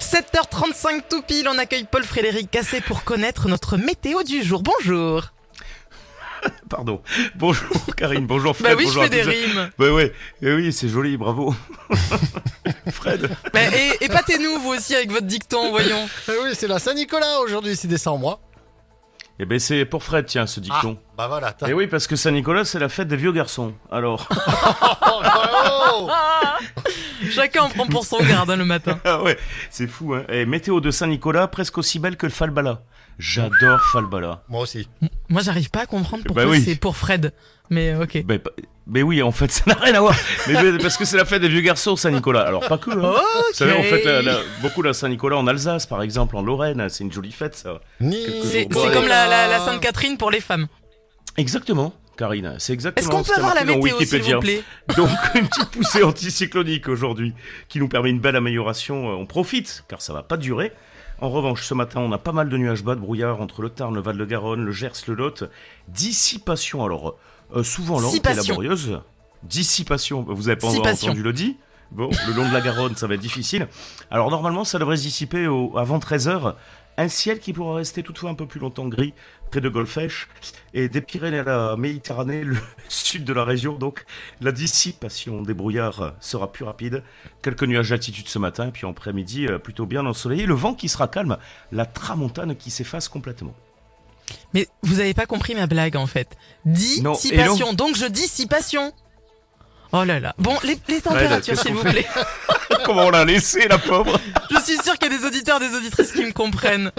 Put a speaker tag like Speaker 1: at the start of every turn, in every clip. Speaker 1: 7h35 tout pile, on accueille Paul-Frédéric Cassé pour connaître notre météo du jour. Bonjour
Speaker 2: Pardon. Bonjour Karine, bonjour
Speaker 1: Bah
Speaker 2: Fred.
Speaker 1: oui, je
Speaker 2: bonjour
Speaker 1: fais des
Speaker 2: à tous.
Speaker 1: rimes
Speaker 2: Bah ouais, eh oui, c'est joli, bravo. Fred,
Speaker 1: Bah, Et, et pâtez-nous vous aussi avec votre dicton, voyons
Speaker 3: Eh oui, c'est la Saint-Nicolas aujourd'hui, 6 décembre.
Speaker 2: eh ben c'est pour Fred, tiens, ce dicton.
Speaker 3: Bah voilà, t'as.
Speaker 2: Eh oui, parce que Saint-Nicolas, c'est la fête des vieux garçons. Alors,
Speaker 3: Oh, oh, oh
Speaker 1: Ah Chacun en prend pour son garde hein, le matin.
Speaker 2: ah ouais, c'est fou, hein. Et météo de Saint-Nicolas, presque aussi belle que le Falbala. J'adore Falbala.
Speaker 3: Moi aussi.
Speaker 1: Moi j'arrive pas à comprendre
Speaker 2: Bah
Speaker 1: pourquoi
Speaker 2: oui.
Speaker 1: c'est pour Fred, mais ok.
Speaker 2: Ben, pa- ben oui, en fait, ça n'a rien à voir. Mais, ben, parce que c'est la fête des vieux garçons, Saint-Nicolas. Alors, pas que, hein. Vous savez, on fait la- la- beaucoup la Saint-Nicolas en Alsace, par exemple, en Lorraine. hein, C'est une jolie fête, ça.
Speaker 3: Ni...
Speaker 1: C'est
Speaker 2: Bon,
Speaker 1: c'est
Speaker 2: allez.
Speaker 1: comme la, la- la Sainte-Catherine pour les femmes.
Speaker 2: Exactement, Karine. C'est exactement
Speaker 1: Est-ce qu'on
Speaker 2: ce
Speaker 1: peut
Speaker 2: qu'a
Speaker 1: avoir la
Speaker 2: marqué dans
Speaker 1: météo s'il
Speaker 2: Wikipédia.
Speaker 1: vous plaît
Speaker 2: Donc une petite poussée anticyclonique aujourd'hui qui nous permet une belle amélioration. Euh, On profite car ça va pas durer. En revanche, ce matin, on a pas mal de nuages bas de brouillard entre le Tarn, le Val-de-Garonne, le Gers, le Lot. Dissipation alors euh, souvent lente et
Speaker 1: Dissipation.
Speaker 2: laborieuse. Dissipation, Bah, vous avez pas
Speaker 1: Dissipation.
Speaker 2: entendu le dit Bon, le long de la Garonne, ça va être difficile. Alors normalement, ça devrait se dissiper au- avant 13h. Un ciel qui pourra rester toutefois un peu plus longtemps gris près de Golfech et des Pyrénées à la Méditerranée, le sud de la région. Donc la dissipation des brouillards sera plus rapide. Quelques nuages d'altitude ce matin, puis en après-midi euh, plutôt bien ensoleillé. Le vent qui sera calme, la tramontane qui s'efface complètement.
Speaker 1: Mais vous avez pas compris ma blague en fait.
Speaker 2: Non,
Speaker 1: Dissipation, donc je dissipation. Oh là là. Bon, les, les températures
Speaker 2: qu'est-ce
Speaker 1: s'il
Speaker 2: qu'on
Speaker 1: vous
Speaker 2: fait
Speaker 1: plaît.
Speaker 2: Comment on l'a laissé la pauvre
Speaker 1: Je suis sûr qu'il y a des auditeurs, des auditrices qui me comprennent.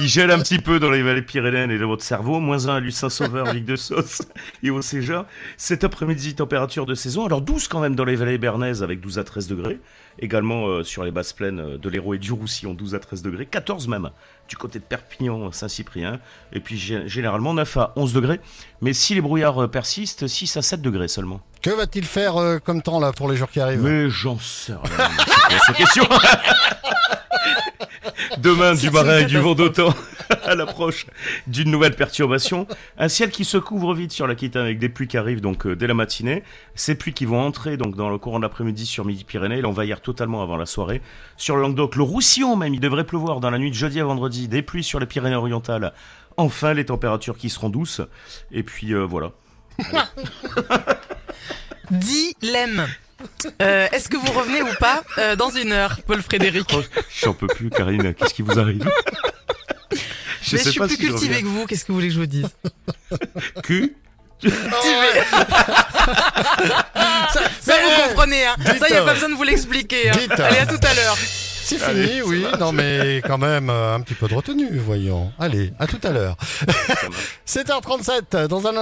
Speaker 2: Il gèle un petit peu dans les vallées pyrénéennes et dans votre cerveau. Moins 1 à Lucin-Sauveur, Ligue de Sauce et au Céja. Cet après-midi, température de saison. Alors 12 quand même dans les vallées bernaises avec 12 à 13 degrés. Également euh, sur les basses plaines euh, de l'Hérault et du Roussillon, 12 à 13 degrés. 14 même du côté de Perpignan, Saint-Cyprien. Et puis gé- généralement 9 à 11 degrés. Mais si les brouillards euh, persistent, 6 à 7 degrés seulement.
Speaker 3: Que va-t-il faire euh, comme temps là pour les jours qui arrivent
Speaker 2: Mais j'en sais rien. C'est cette question. Demain, du marin et du vent d'automne à l'approche d'une nouvelle perturbation. Un ciel qui se couvre vite sur l'Aquitaine avec des pluies qui arrivent donc euh, dès la matinée. Ces pluies qui vont entrer donc dans le courant de l'après-midi sur Midi-Pyrénées et l'envahir totalement avant la soirée. Sur le Languedoc, le Roussillon même, il devrait pleuvoir dans la nuit de jeudi à vendredi. Des pluies sur les Pyrénées-Orientales. Enfin, les températures qui seront douces. Et puis euh, voilà.
Speaker 1: Dilemme. Euh, Est-ce que vous revenez ou pas euh, dans une heure, Paul Frédéric
Speaker 2: J'en peux plus, Karine. Qu'est-ce qui vous arrive
Speaker 1: Mais je suis plus
Speaker 2: si je reviens.
Speaker 1: cultivé que vous, qu'est-ce que vous voulez que je vous dise
Speaker 2: cul.
Speaker 3: Ah
Speaker 1: Ça vous comprenez, hein Ça, y a
Speaker 3: Dites-le.
Speaker 1: pas besoin de vous l'expliquer. hein.
Speaker 3: Dites-le.
Speaker 1: Allez, à tout à l'heure.
Speaker 3: C'est fini, oui. Non, mais quand même, euh, un petit peu de retenue, voyons. Allez, à tout à l'heure. 7h37, dans un instant.